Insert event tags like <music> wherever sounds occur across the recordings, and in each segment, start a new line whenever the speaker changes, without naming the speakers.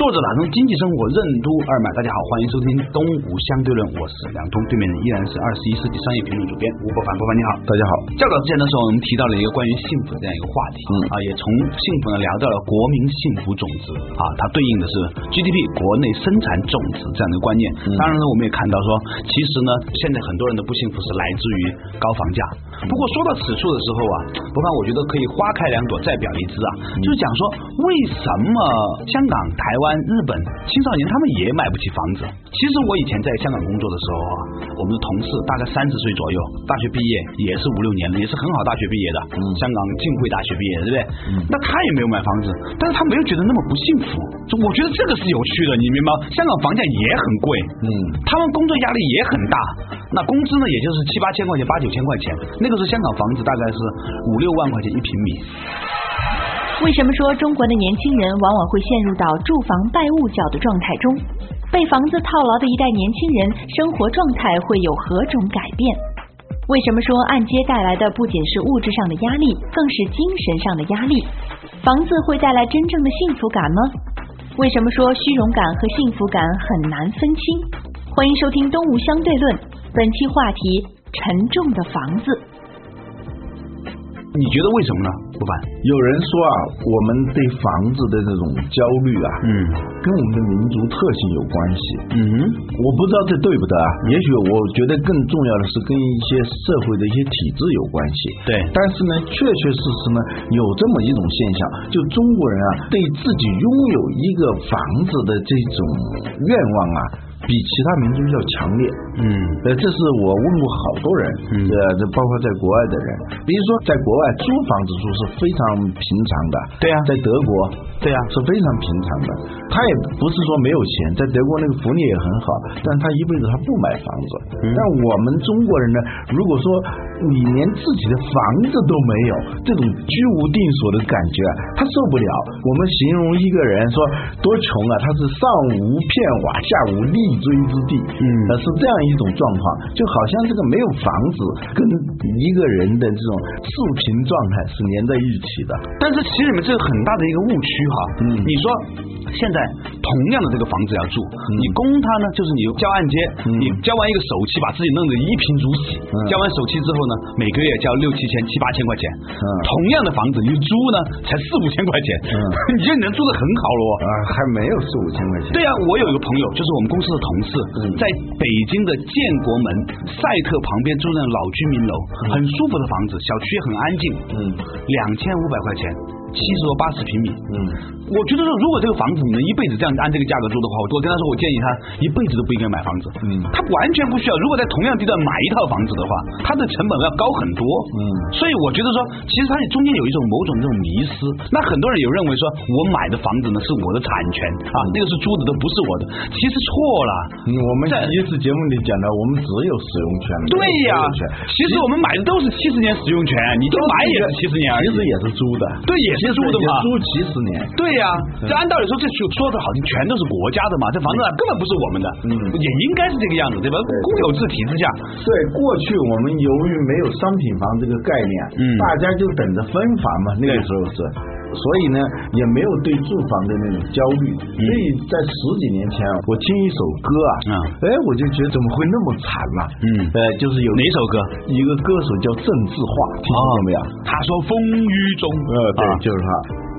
作者打通经济生活任督二脉，大家好，欢迎收听《东吴相对论》，我是梁通，对面的依然是二十一世纪商业评论主编吴伯凡，伯凡你好，大家好。较早之前的时候，我们提到了一个关于幸福的这样一个话题，嗯啊，也从幸福呢聊到了国民幸福总值啊，它对应的是 GDP 国内生产总值这样的观念。当然呢，我们也看到说，其实呢，现在很多人的不幸福是来自于高房价。不过说到此处的时候啊，伯凡我觉得可以花开两朵，再表一枝啊，就是讲说为什么香港、台湾、日本青少年他们也买不起房子。其实我以前在香港工作的时候啊，我们的同事大概三十岁左右，大学毕业也是五六年了，也是很好大学毕业的，香港浸会大学毕业，对不对？那他也没有买房子，但是他没有觉得那么不幸福。我觉得这个是有趣的，你明白吗？香港房价也很贵，嗯，他们工作压力也很大，那工资呢也就是七八千块钱、八九千块钱，那个时候香港房子大概是五六万块钱一平米。
为什么说中国的年轻人往往会陷入到住房拜物角的状态中？被房子套牢的一代年轻人生活状态会有何种改变？为什么说按揭带来的不仅是物质上的压力，更是精神上的压力？房子会带来真正的幸福感吗？为什么说虚荣感和幸福感很难分清？欢迎收听《东吴相对论》，本期话题：沉重的房子。
你觉得为什么呢，老板？
有人说啊，我们对房子的这种焦虑啊，
嗯
跟我们的民族特性有关系。
嗯哼。嗯
我不知道这对不对啊？也许我觉得更重要的是跟一些社会的一些体制有关系。
对
但是呢，确确实实呢，有这么一种现象，就中国人啊，对自己拥有一个房子的这种愿望啊，比其他民族要强烈。
嗯。
呃，这是我问过好多人，
嗯
呃，这包括在国外的人，比如说在国外租房子住是非常平常的，
对啊
在德国，
对啊
是非常平常的。他也不是说没有钱，在德国那个福利也很好，但他一辈子他不买房子。
嗯
但我们中国人呢，如果说你连自己的房子都没有，这种居无定所的感觉啊，他受不了。我们形容一个人说多穷啊，他是上无片瓦，下无立锥之地。
嗯
呃，是这样一种状况，就好像这个没有房子跟一个人的这种视频状态是连在一起的。
但是其实你们这个很大的一个误区哈，
嗯
你说现在同样的这个房子要住，你供他呢，就是你交按揭，
嗯
你交完一个首期，把自己弄得一贫如洗，
嗯
交完首期之后呢，每个月交六七千、七八千块钱，
嗯
同样的房子你租呢才四五千块钱，
嗯
<laughs> 你觉得你能住得很好了哦。
啊，还没有四五千块钱。
对呀、我有一个朋友，就是我们公司的同事
嗯，
在北京的建国门赛特旁边住那种老居民楼，很舒服的房子，小区也很安静，
嗯
两千五百块钱，七十多八十平米。
嗯，
我觉得说，如果这个房子你能一辈子这样按这个价格租的话，我我跟他说，我建议他一辈子都不应该买房子。
嗯
他完全不需要。如果在同样地段买一套房子的话，它的成本要高很多。
嗯
所以我觉得说，其实它中间有一种某种这种迷失。那很多人有认为说，我买的房子呢是我的产权啊，那个是租的，都不是我的。其实错了。
嗯我们
在
第一次节目里讲的，我们只有使用权，没有
对呀
所有权，
其实我们买的都是七十年使用权，你就买也是七十年而已，
其实也是租的，
对，也是租的嘛，
租嗯几十年。
对呀、这按道理说，这就说的好像全都是国家的嘛，这房子啊根本不是我们的，
嗯
也应该是这个样子，对吧？
对
公有制体制下，
对，过去我们由于没有商品房这个概念，
嗯
大家就等着分房嘛，那个
对
时候是，所以呢，也没有对住房的那种焦虑。所以在十几年前，我听一首歌啊
嗯，
哎，我就觉得怎么会那么惨嘛、
嗯
呃，就是有
哪首歌？
一个歌手叫郑智化，听说过没有？
他说风雨中，
呃，对，
啊
就是他。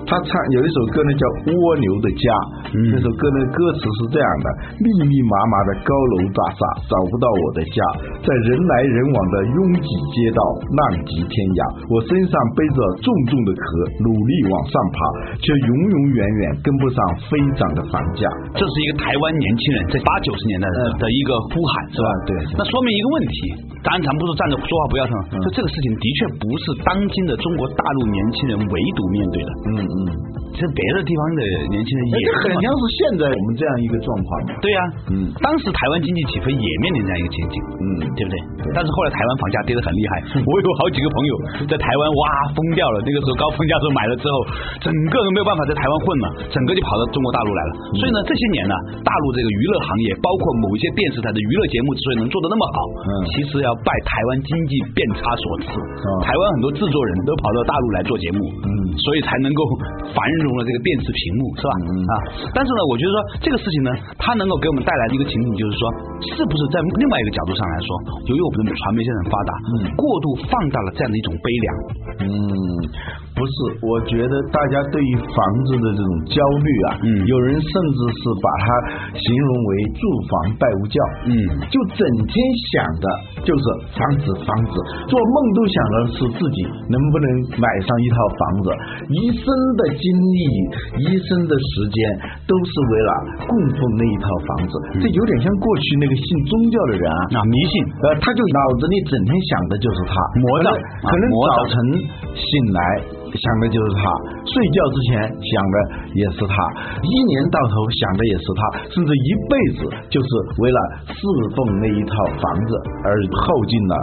他唱有一首歌呢，叫《蜗牛的家》。
嗯
那首歌呢，歌词是这样的：密密麻麻的高楼大厦，找不到我的家，在人来人往的拥挤街道，浪迹天涯。我身上背着重重的壳，努力往上爬，却永永远远跟不上飞涨的房价。
这是一个台湾年轻人在八九十年代的
嗯
的一个呼喊，是吧？
啊对
那说明一个问题，当然咱不是站着说话不腰疼，
嗯
就这个事情的确不是当今的中国大陆年轻人唯独面对的。
嗯嗯，
其实别的地方的年轻人
那
也
这很
这么
像是现在我们这样一个状况嘛。
对呀、
嗯
当时台湾经济起飞也面临这样一个情景，
嗯
对不对？但是后来台湾房价跌得很厉害，我有好几个朋友在台湾哇疯掉了，那个时候高房价时候买了之后，整个都没有办法在台湾混了，整个就跑到中国大陆来了。
嗯
所以呢，这些年呢，大陆这个娱乐行业，包括某一些电视台的娱乐节目之所以能做得那么好，
嗯
其实要拜台湾经济变差所赐。台湾很多制作人都跑到大陆来做节目，
嗯
所以才能够繁荣了这个电视屏幕，是吧？
嗯
啊，但是呢，我觉得说这个事情呢，它能够给我们带来的一个情景，就是说，是不是在另外一个角度上来说，由于我们的传媒现在很发达，
嗯
过度放大了这样的一种悲凉，
嗯，不是，我觉得大家对于房子的这种焦虑啊，
嗯
有人甚至是把它形容为住房拜物教，
嗯
就整天想的就是房子房子，做梦都想的是自己能不能买上一套房子，一生的精力，一生的时间都是为了供奉那一套房子，这有点像过去那个信宗教的人啊
嗯啊，迷信，
呃，他就脑子里整天想的就是他，
魔障
可能可能
啊魔
早
障
晨醒来想的就是他，睡觉之前想的也是他，一年到头想的也是他，甚至一辈子就是为了侍奉那一套房子而耗尽了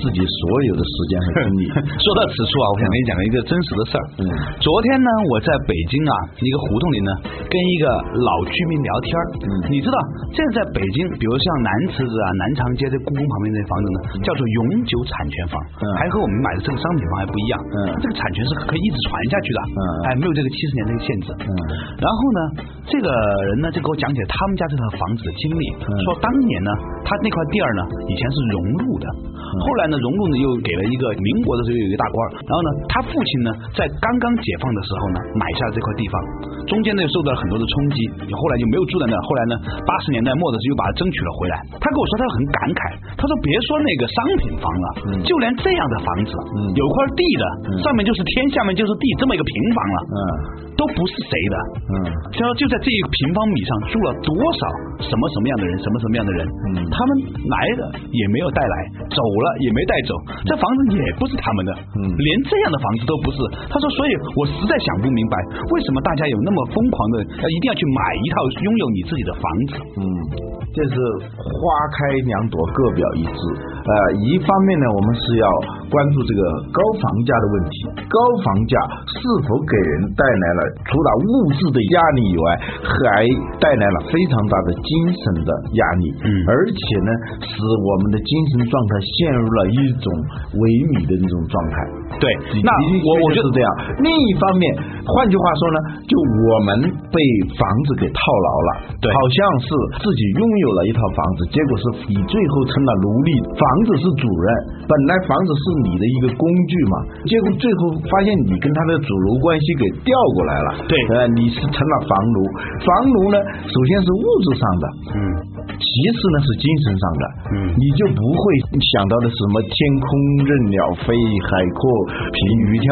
自己所有的时间和精力。
说到此处啊，我想跟你讲一个真实的事儿。
嗯
昨天呢，我在北京啊一个胡同里呢，跟一个老居民聊天儿。
嗯
你知道现在在北京，比如像南池子啊、南长街这故宫旁边这房子呢，叫做永久产权房，
嗯
还和我们买的这个商品房还不一样。
嗯
这个产权是可以一直传下去的。
嗯
哎，没有这个七十年这个限制。
嗯
然后呢，这个人呢就给我讲解他们家这套房子的经历，说当年呢，他那块地儿呢以前是荣禄的，后来呢荣禄呢又给了一个民国的时候又有一个大官儿，然后呢他父亲呢在刚刚解放的时候呢买下了这块地方，中间呢又受到了很多的冲击，后来就没有住在那儿，后来呢八十年代末的时候又把它争取了回来。他跟我说他很感慨，他说别说那个商品房了，
嗯
就连这样的房子，有块地的
嗯
上面就是天，下面就是地，这么一个平房了，
嗯
都不是谁的，
嗯
他说就在这一个平方米上住了多少什么什么样的人，什么什么样的人，
嗯
他们来了也没有带来，走了也没带走，这房子也不是他们的，
嗯
连这样的房子都不是。他说，所以我实在想不明白，为什么大家有那么疯狂的要一定要去买一套拥有你自己的房子？
嗯，这是花开两朵，各表一枝。呃，一方面呢，我们是要关注这个高房价的问题，高房价是否给人带来了除了物质的压力以外，还带来了非常大的精神的压力，
嗯
而且呢，使我们的精神状态陷入了一种萎靡的这种状态。
对，那
嗯的
我
确
我觉
是
得
这样。另一方面，换句话说呢，就我们被房子给套牢了，
对
好像是自己拥有了一套房子，结果是你最后成了奴隶，房子是主人，本来房子是你的一个工具嘛，结果最后发现你跟他的主奴关系给调过来了，
对
呃，你是成了房奴，房奴呢，首先是物质上的，
嗯，
其次呢是精神上的，
嗯
你就不会想到的是什么天空任鸟飞，海阔凭鱼跳，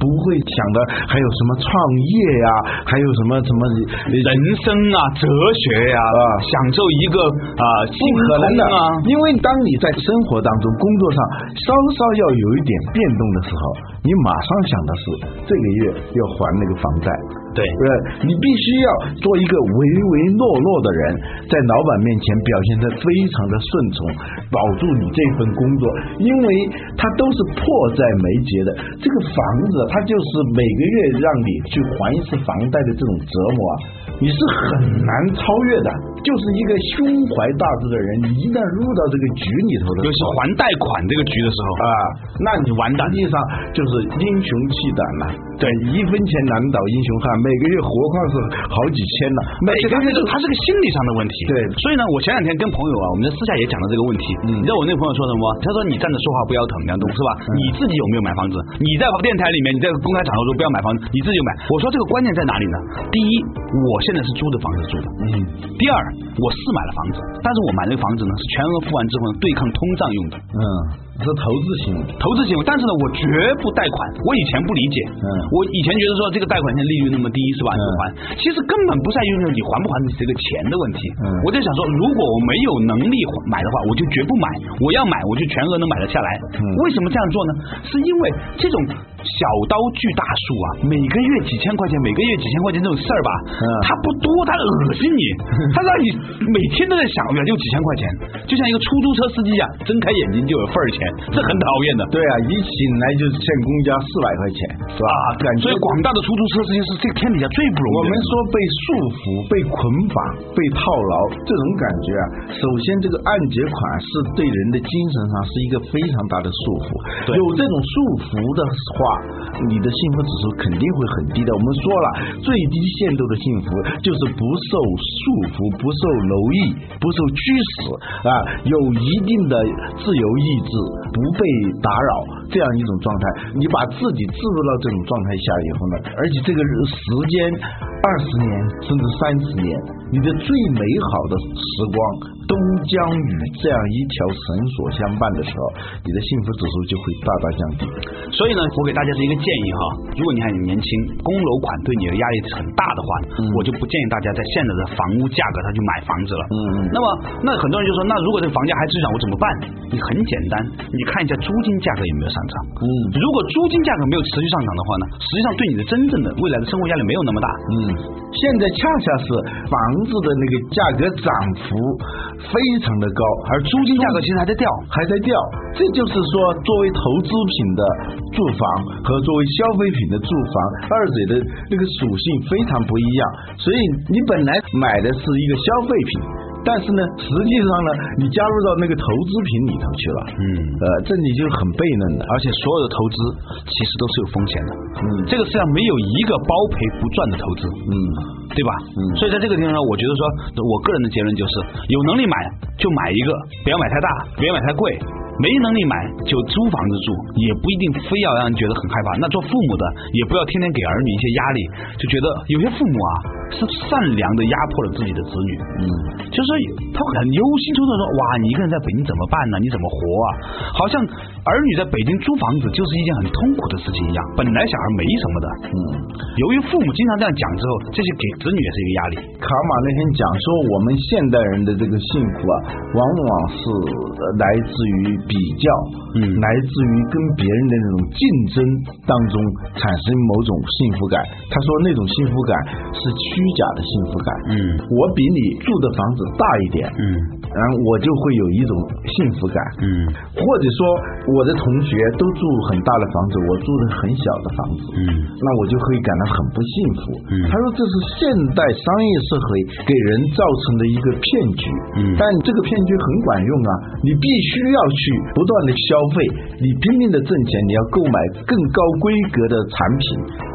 不会想到还有什么创业呀、还有什么什么
人生啊，哲学呀、
啊
享受一个啊，
不可能
星
的
空啊，，
因为当你在生活当中、工作上稍稍要有一点变动的时候，你马上想的是这个月要还那个房贷，
对
不是，你必须要做一个唯唯诺诺的人，在老板面前表现得非常的顺从，保住你这份工作，因为它都是迫在眉睫的。这个房子，它就是每个月让你去还一次房贷的这种折磨啊，你是很难超越的。就是一个胸怀大志的人，你一旦入到这个局里头
尤
的时
其
候，
还贷款这个局的时候
啊，那你完蛋，实际上就是英雄气胆了。
对
一分钱难倒英雄汉，每个月活况是好几千了。每
对，
个
它
月
是
就
个它是个心理上的问题。
对
所以呢，我前两天跟朋友啊，我们在私下也讲了这个问题。
嗯
你知道我那个朋友说什么吗？他说你站着说话不腰疼，梁东是吧？你自己有没有买房子？你在电台里面，你在公开场合说不要买房子，你自己有买。我说这个关键在哪里呢？第一，我现在是租的房子住的。
嗯
第二，我是买了房子，但是我买那个房子呢是全额付完之后呢对抗通胀用的。
嗯，是投资行为。
投资行为，但是呢，我绝不贷款。我以前不理解，
嗯
我以前觉得说这个贷款现在利率那么低是吧？
嗯
不还，其实根本不在于说你还不还得起这个钱的问题。
嗯
我在想说，如果我没有能力还买的话，我就绝不买。我要买，我就全额能买得下来。
嗯
为什么这样做呢？是因为这种小刀锯大树啊，每个月几千块钱，每个月几千块钱这种事儿吧，
嗯
它不多，它恶 <laughs> 心你，它让你每天都在想，原来就几千块钱，就像一个出租车司机一样，睁开眼睛就有份儿钱，这很讨厌的。
对啊，一醒来就欠公家四百块钱，是吧？感
所
觉
以广大的出租车司机是这个天底下最不容易
我
的
们
人。
说被束缚、被捆绑、被套牢这种感觉啊，首先这个按揭款是对人的精神上是一个非常大的束缚。
对
有这种束缚的话，你的幸福指数肯定会很低的。我们说了，最低限度的幸福就是不受束缚、不受奴役、不受驱使啊，有一定的自由意志，不被打扰这样一种状态。你把自己置入到这种状态下以后呢，而且这个时间二十年甚至三十年，你的最美好的时光都将与这样一条绳索相伴的时候，你的幸福指数就会大大降低。
所以呢，我给大家是一个建议哈，如果你还很年轻，公楼款对你的压力很大的话，我就不建议大家在现在的房屋价格上去买房子了。
嗯嗯
那么，那很多人就说，那如果这房价还增长，我怎么办？你很简单，你看一下租金价格有没有上涨。
嗯
如果租金价格没有持续上涨的话呢，实际上对你的真正的未来的生活压力没有那么大。
嗯，现在恰恰是房子的那个价格涨幅非常的高，而租金
价格其实还在掉。
还在掉，这就是说，作为投资品的住房和作为消费品的住房，二者的那个属性非常不一样。所以你本来买的是一个消费品，但是呢，实际上呢，你加入到那个投资品里头去了。
嗯
呃，这你就很悖论了。
而且所有的投资其实都是有风险的，
嗯
这个世界上没有一个包赔不赚的投资，
嗯，
对吧？
嗯
所以在这个地方呢，我觉得说，我个人的结论就是，有能力买就买一个，不要买太大，不要买太贵。没能力买就租房子住，也不一定非要让人觉得很害怕。那做父母的也不要天天给儿女一些压力，就觉得有些父母啊是善良的压迫了自己的子女，嗯，就是他会很忧心忡忡地说，哇，你一个人在北京怎么办呢？你怎么活啊？好像儿女在北京租房子就是一件很痛苦的事情一样。本来小孩没什么的，嗯，由于父母经常这样讲之后，这是给子女也是一个压力。
卡尔马那天讲说，我们现代人的这个幸福啊，往往是呃来自于比较，
嗯
来自于跟别人的那种竞争当中产生某种幸福感。他说那种幸福感是虚假的幸福感。
嗯
我比你住的房子大一点，
嗯
然后我就会有一种幸福感。
嗯
或者说我的同学都住很大的房子，我住的很小的房子，
嗯
那我就会感到很不幸福。
嗯
他说这是现代商业社会给人造成的一个骗局。
嗯
但这个骗局很管用啊，你必须要去不断的消费，你拼命的挣钱，你要购买更高规格的产品，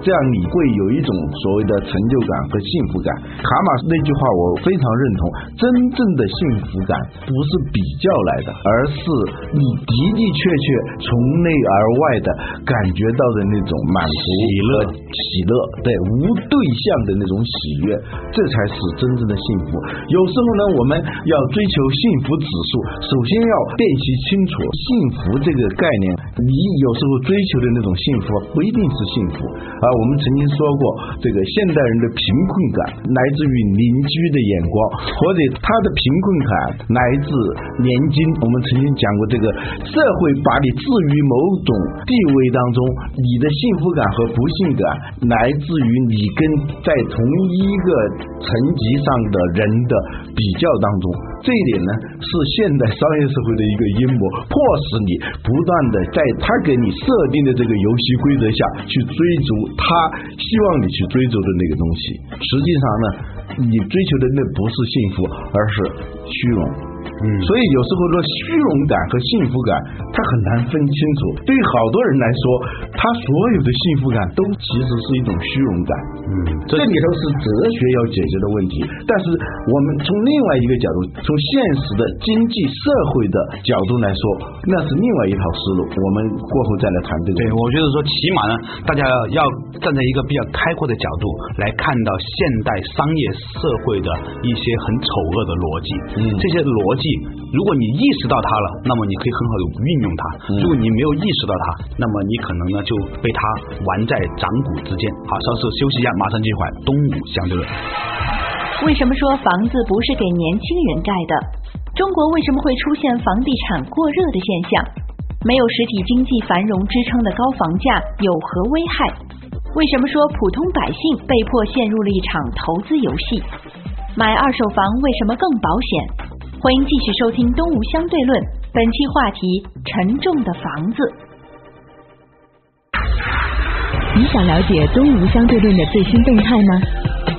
这样你会有一种所谓的成就感和幸福感。卡马那句话我非常认同，真正的幸福感不是比较来的，而是你的的确确从内而外的感觉到的那种满足、
喜乐
和喜乐，对无对象的那种喜悦，这才是真正的幸福。有时候呢，我们要追求幸福指数，首先要辨析清楚幸福这个概念。你有时候追求的那种幸福不一定是幸福啊。我们曾经说过，这个现代人的贫困感来自于邻居的眼光，或者他的贫困感来自年金。我们曾经讲过，这个社会把你置于某种地位当中，你的幸福感和不幸感来自于你跟在同一个层级上的人的比较当中。这一点呢，是现代商业社会的一个阴谋，迫使你不断的在他给你设定的这个游戏规则下去追逐他希望你去追逐的那个东西。实际上呢，你追求的那不是幸福，而是虚荣。
嗯
所以有时候说虚荣感和幸福感，它很难分清楚。对于好多人来说，他所有的幸福感都其实是一种虚荣感。嗯，这里头是哲学要解决的问题。但是我们从另外一个角度，从现实的经济社会的角度来说，那是另外一套思路。我们过后再来谈这个问
对，
题。
我觉得说，起码呢，大家要站在一个比较开阔的角度来看到现代商业社会的一些很丑恶的逻辑。
嗯
这些逻辑，如果你意识到它了，那么你可以很好的运用它；如果你没有意识到它，那么你可能呢就被它玩在掌骨之间。好，稍事休息一下，马上继续回来。东吴相对论。
为什么说房子不是给年轻人盖的？中国为什么会出现房地产过热的现象？没有实体经济繁荣支撑的高房价有何危害？为什么说普通百姓被迫陷入了一场投资游戏？买二手房为什么更保险？欢迎继续收听《东吴相对论》，本期话题：沉重的房子。
你想了解《东吴相对论》的最新动态吗？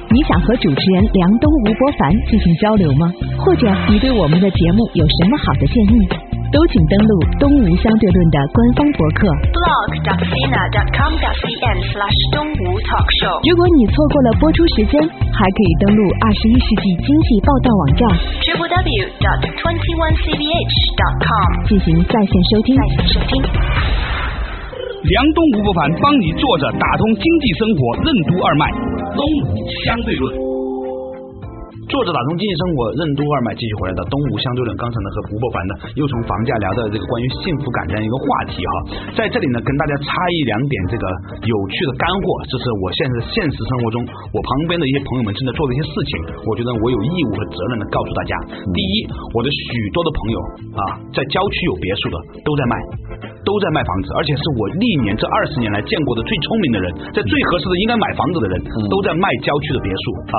你想和主持人梁东、吴伯凡进行交流吗？或者你对我们的节目有什么好的建议？都请登录《东吴相对论》的官方博客。
blog.sina.com.cn/slash
如果你错过了播出时间，还可以登录《二十一世纪经济报道》网站
www.21cbh.com
进行在线收听。
在线收听。
梁东吴不凡帮你坐着打通经济生活任督二脉，东吴相对论。
作者打通经济生活任督二脉，继续回来到东吴相对论。刚才呢和吴伯凡呢又从房价聊到这个关于幸福感这样一个话题哈，在这里呢跟大家插一两点这个有趣的干货，这是我现实现实生活中我旁边的一些朋友们正在做的一些事情，我觉得我有义务和责任的告诉大家。第一，我的许多的朋友啊，在郊区有别墅的都在卖。都在卖房子，而且是我历年这二十年来见过的最聪明的人，在最合适的应该买房子的人，都在卖郊区的别墅啊。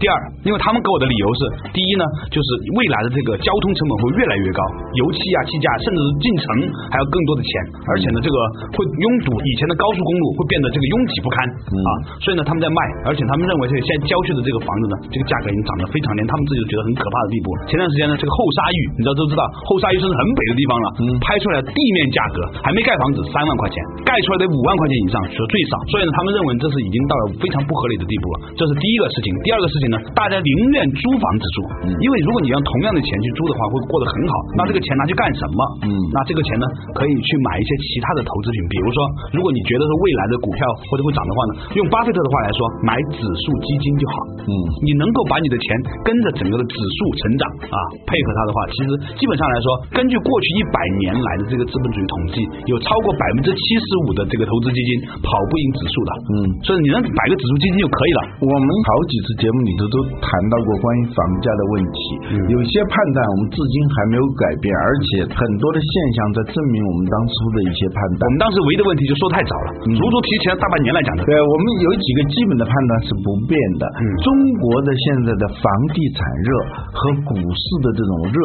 第二，因为他们给我的理由是，第一呢，就是未来的这个交通成本会越来越高，油漆啊、气价，甚至是进城还要更多的钱，而且呢，这个会拥堵，以前的高速公路会变得这个拥挤不堪啊。所以呢，他们在卖，而且他们认为这个现在郊区的这个房子呢，这个价格已经涨得非常连他们自己都觉得很可怕的地步。前段时间呢，这个后沙峪，你知道都知道，后沙峪是很北的地方了，拍出来的地面价格还没盖房子三万块钱，盖出来得五万块钱以上是最少，所以呢，他们认为这是已经到了非常不合理的地步了。这是第一个事情，第二个事情呢，大家宁愿租房子住，因为如果你让同样的钱去租的话，会过得很好。那这个钱拿去干什么？嗯，那这个钱呢，可以去买一些其他的投资品，比如说，如果你觉得是未来的股票或者会涨的话呢，用巴菲特的话来说，买指数基金就好。嗯，你能够把你的钱跟着整个的指数成长啊，配合它的话，其实基本上来说，根据过去一百年来的这个资本主义统计，有超过百分之七十五的这个投资基金跑不赢指数的。嗯，所以你能买个指数基金就可以了。
我们好几次节目里头都谈到过关于房价的问题，
嗯
有些判断我们至今还没有改变，而且很多的现象在证明我们当初的一些判断
我。们当时唯一的问题就说太早了，足足提前了大半年来讲的。
对，我们有几个基本的判断是不变的。中国的现在的房地产热和股市的这种热，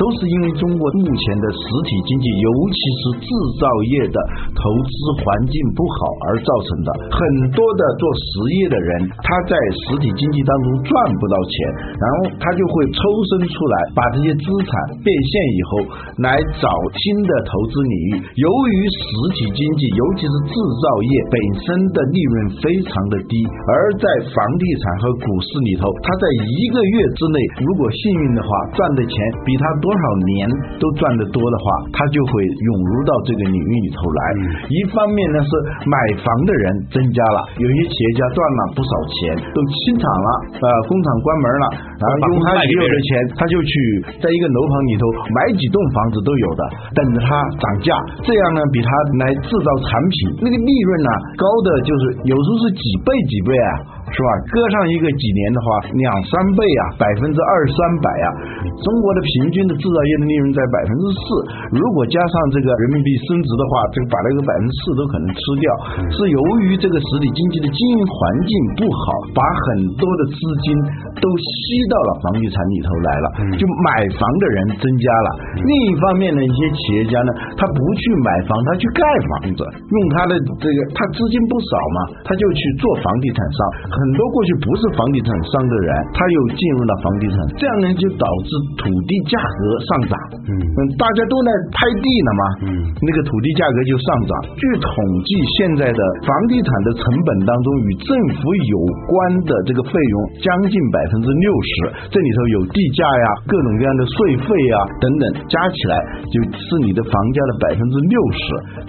都是因为中国目前的实体经济，尤其是制造业的投资环境不好而造成的。很多的做实业的人，他在实体经济当中赚不到钱，然后他就会抽身出来，把这些资产变现以后，来找新的投资领域。由于实体经济，尤其是制造业本身的利润非常的低，而在房地产和股市里头，他在一个月之内，如果幸运的话，赚的钱比他多少年都赚得多的话，他就会涌入到这个领域里头来。一方面呢是买房的人增加了，有些企业家赚了不少钱，都清场了，呃，工厂关门了，然后用他
把房子卖
已
给别
有
人
的钱，他就去在一个楼盘里头买几栋房子都有的，等着它涨价，这样呢比他来制造产品那个利润呢、高的就是有时候是几倍几倍啊，是吧？搁上一个几年的话，两三倍啊，百分之二三百啊。中国的平均的制造业的利润在百分之四，如果加上这个人民币升值的话，这个把那个百分之四都可能吃掉，是由于这个实体经济的经营环境不好，把很多的资金都吸到了房地产里头来了，就买房的人增加了。另一方面呢，一些企业家呢，他不去买房，他去盖房子，用他的这个他资金不少嘛，他就去做房地产商。很多过去不是房地产商的人，他又进入了房地产，这样呢就导致土地价格上涨。嗯，大家都在拍地了嘛，嗯，那个土地价格就上涨。据统计，现在的房地产的成本当中，与政府有关的这个费用将近百分之六十，这里头有地价呀、各种各样的税费啊等等，加起来就是你的房价的百分之六十。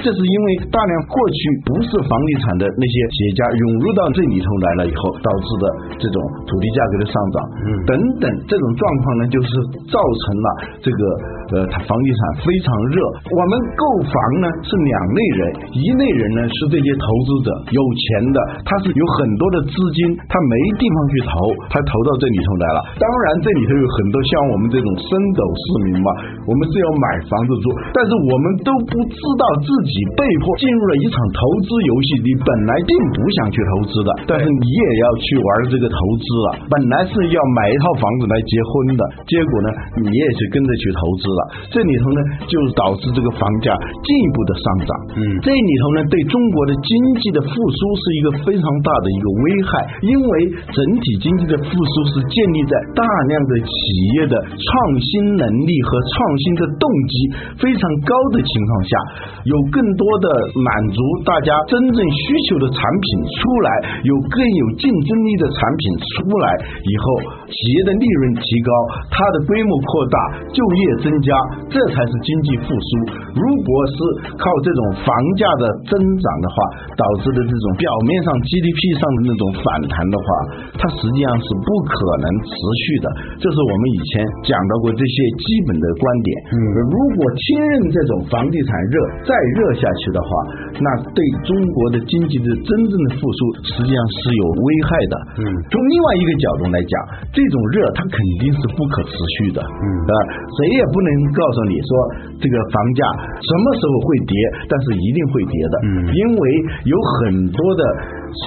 这是因为大量过去不是房地产的那些企业家涌入到这里头来了以后，后导致的这种土地价格的上涨，
嗯
等等这种状况呢，就是造成了这个呃，它房地产非常热。我们购房呢是两类人，一类人呢是这些投资者有钱的，他是有很多的资金，他没地方去投，他投到这里头来了。当然这里头有很多像我们这种深斗市民嘛，我们是要买房子住，但是我们都不知道自己被迫进入了一场投资游戏，你本来并不想去投资的，但是你也要去玩这个投资了。本来是要买一套房子来结婚的，结果呢，你也是跟着去投资了。这里头呢，就导致这个房价进一步的上涨。
嗯
这里头呢，对中国的经济的复苏是一个非常大的一个危害，因为整体经济的复苏是建立在大量的企业的创新能力和创新的动机非常高的情况下，有更多的满足大家真正需求的产品出来，有更有竞争力的产品出来以后，企业的利润提高，它的规模扩大，就业增加，这才是经济复苏。如果是靠这种房价的增长的话，导致的这种表面上 GDP 上的那种反弹的话，它实际上是不可能持续的。这是我们以前讲到过这些基本的观点。嗯，如果听任这种房地产热再热下去的话，那对中国的经济的真正的复苏实际上是有危害的。
嗯
从另外一个角度来讲，这种热它肯定是不可持续的。嗯啊，谁也不能告诉你说这个房价什么时候会跌，但是一定会跌的。
嗯
因为有很多的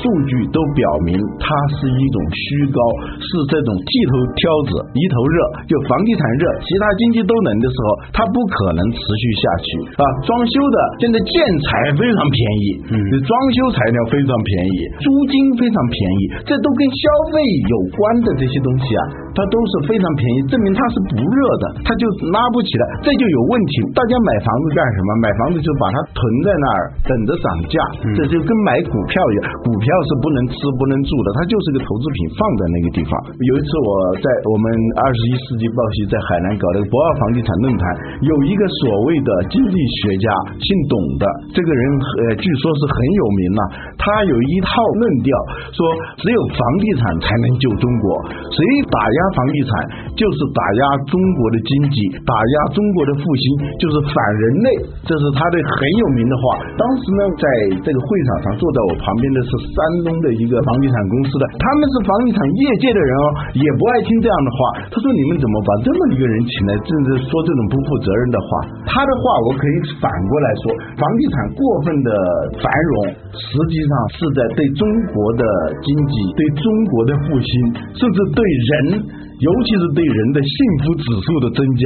数据都表明它是一种虚高，是这种剃头挑子、一头热，就房地产热，其他经济都能的时候，它不可能持续下去啊。装修的现在建材非常便宜，
嗯
装修材料非常便宜，租金非常便宜，这都跟消费有关的这些东西啊，它都是非常便宜，证明它是不热的，它就拉不起来，这就有问题。大家买房子干什么？买房子就把它囤在那儿，等着涨价，这就跟买股票一样，股票是不能吃不能住的，它就是个投资品放在那个地方。有一次我在我们二十一世纪报系在海南搞了个博鳌房地产论坛，有一个所谓的经济学家，姓董的，这个人呃据说是很有名了、他有一套论调说只有房地产才能救中国，谁打压房地产就是打压中国的经济，打压中国的复兴就是反人类，这是他的很有名的话。当时呢，在这个会场上坐在我旁边的是山东的一个房地产公司的，他们是房地产业界的人哦，也不爱听这样的话。他说你们怎么把这么一个人请来，正是说这种不负责任的话？他的话我可以反过来说，房地产过分的繁荣，实际上是在对中国的经济、对中国的复兴，甚至对人。尤其是对人的幸福指数的增加，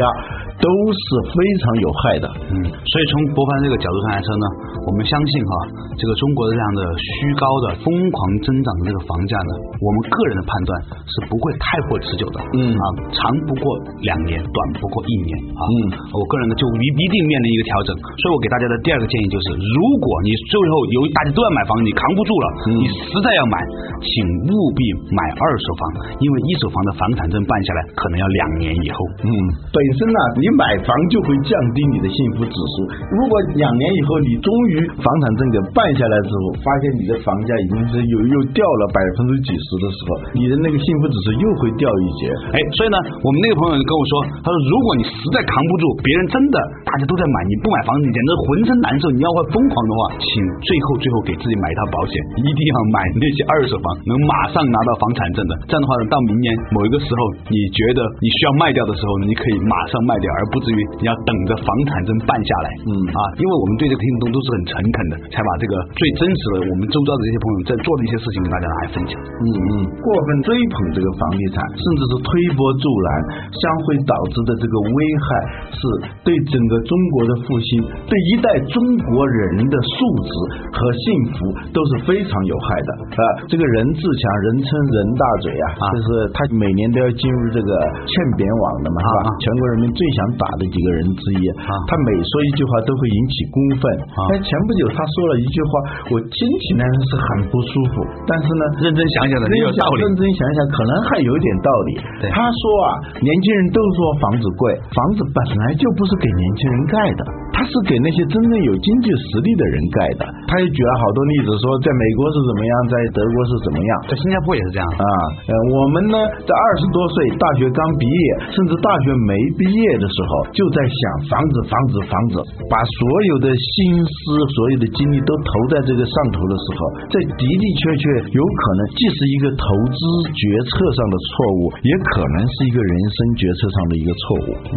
都是非常有害的。
嗯，所以从博凡这个角度上来说呢，我们相信哈，这个中国的这样的虚高的疯狂增长的这个房价呢，我们个人的判断是不会太过持久的，
嗯
啊，长不过两年，短不过一年啊，
嗯
我个人呢就一一定面临一个调整，所以我给大家的第二个建议就是，如果你最后由于大家都要买房，你扛不住了，
嗯
你实在要买，请务必买二手房，因为一手房的房产证办下来可能要两年以后，
嗯，本身呢、你买房就会降低你的幸福指数。如果两年以后你终于房产证给办下来之后，发现你的房价已经是有又掉了百分之几十的时候，你的那个幸福指数又会掉一截。
哎，所以呢，我们那个朋友跟我说，他说如果你实在扛不住，别人真的大家都在买，你不买房子，你简直浑身难受，你要会疯狂的话，请最后最后给自己买一套保险，一定要买那些二手房，能马上拿到房产证的。这样的话呢，到明年某一个时候，你觉得你需要卖掉的时候，你可以马上卖掉，而不至于你要等着房产证办下来。
嗯
啊，因为我们对这个听众都是很诚恳的，才把这个最真实的我们周遭的这些朋友在做的一些事情跟大家来分享。
嗯嗯，过分追捧这个房地产，甚至是推波助澜，将会导致的这个危害是对整个中国的复兴，对一代中国人的素质和幸福都是非常有害的。呃，这个任志强人称人大嘴啊，
啊
就是他每年都要进入这个欠扁网的嘛，是吧？
啊啊
全国人民最想打的几个人之一。
啊
他每说一句话都会引起公愤。哎
啊
但前不久他说了一句话，我听起来是很不舒服，但是呢，
认真想想呢，
认
也有道理。
认真想一想，可能还有点道理
对。
他说啊，年轻人都说房子贵，房子本来就不是给年轻人盖的，它是给那些真正有经济实力的人盖的。他他也举了好多例子，说在美国是怎么样，在德国是怎么样。
在新加坡也是这样。
啊，呃，我们呢，在二十多岁，大学刚毕业，甚至大学没毕业的时候，就在想房子、房子、房子，把所有的心思、所有的精力都投在这个上头的时候，这的的确确有可能既是一个投资决策上的错误，也可能是一个人生决策上的一个错误。嗯，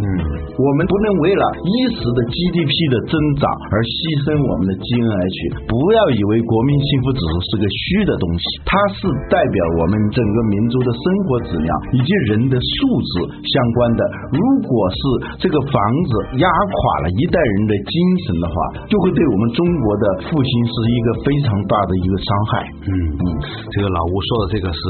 我们不能为了一时的 GDP 的增长而牺牲我们的 GNH，不要以为国民幸福指数是个虚的东西，它是代表我们整个民族的生活质量以及人的素质相关的。如果是这个房子压垮了一代人的精神的话，就会对我们中国的复兴是一个非常大的一个伤害。
嗯嗯，这个老吴说的这个是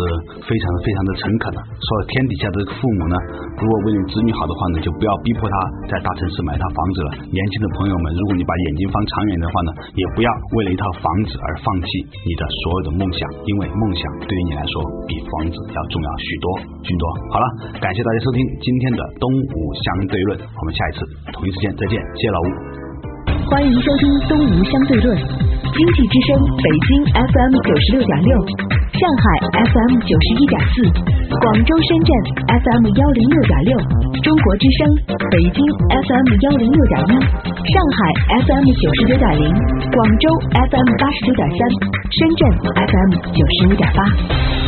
非常非常的诚恳的，说了天底下的父母呢，如果为你子女好的话呢，就不要逼迫他在大城市买套房子了。年轻的朋友们，如果你把眼睛放长远的话呢，也不要为了一套房子而放弃你的所有的梦想，因为梦想对于你来说比房子要重要许多许多。好了，感谢大家收听今天的东吴相对论，我们下一次同一时间再见，谢谢老吴。
欢迎收听《东吴相对论》，经济之声北京 FM 九十六点六，上海 FM 九十一点四，广州、深圳 FM 幺零六点六，中国之声北京 FM 幺零六点一，上海 FM 九十九点零，广州 FM 八十九点三，深圳 FM 九十五点八。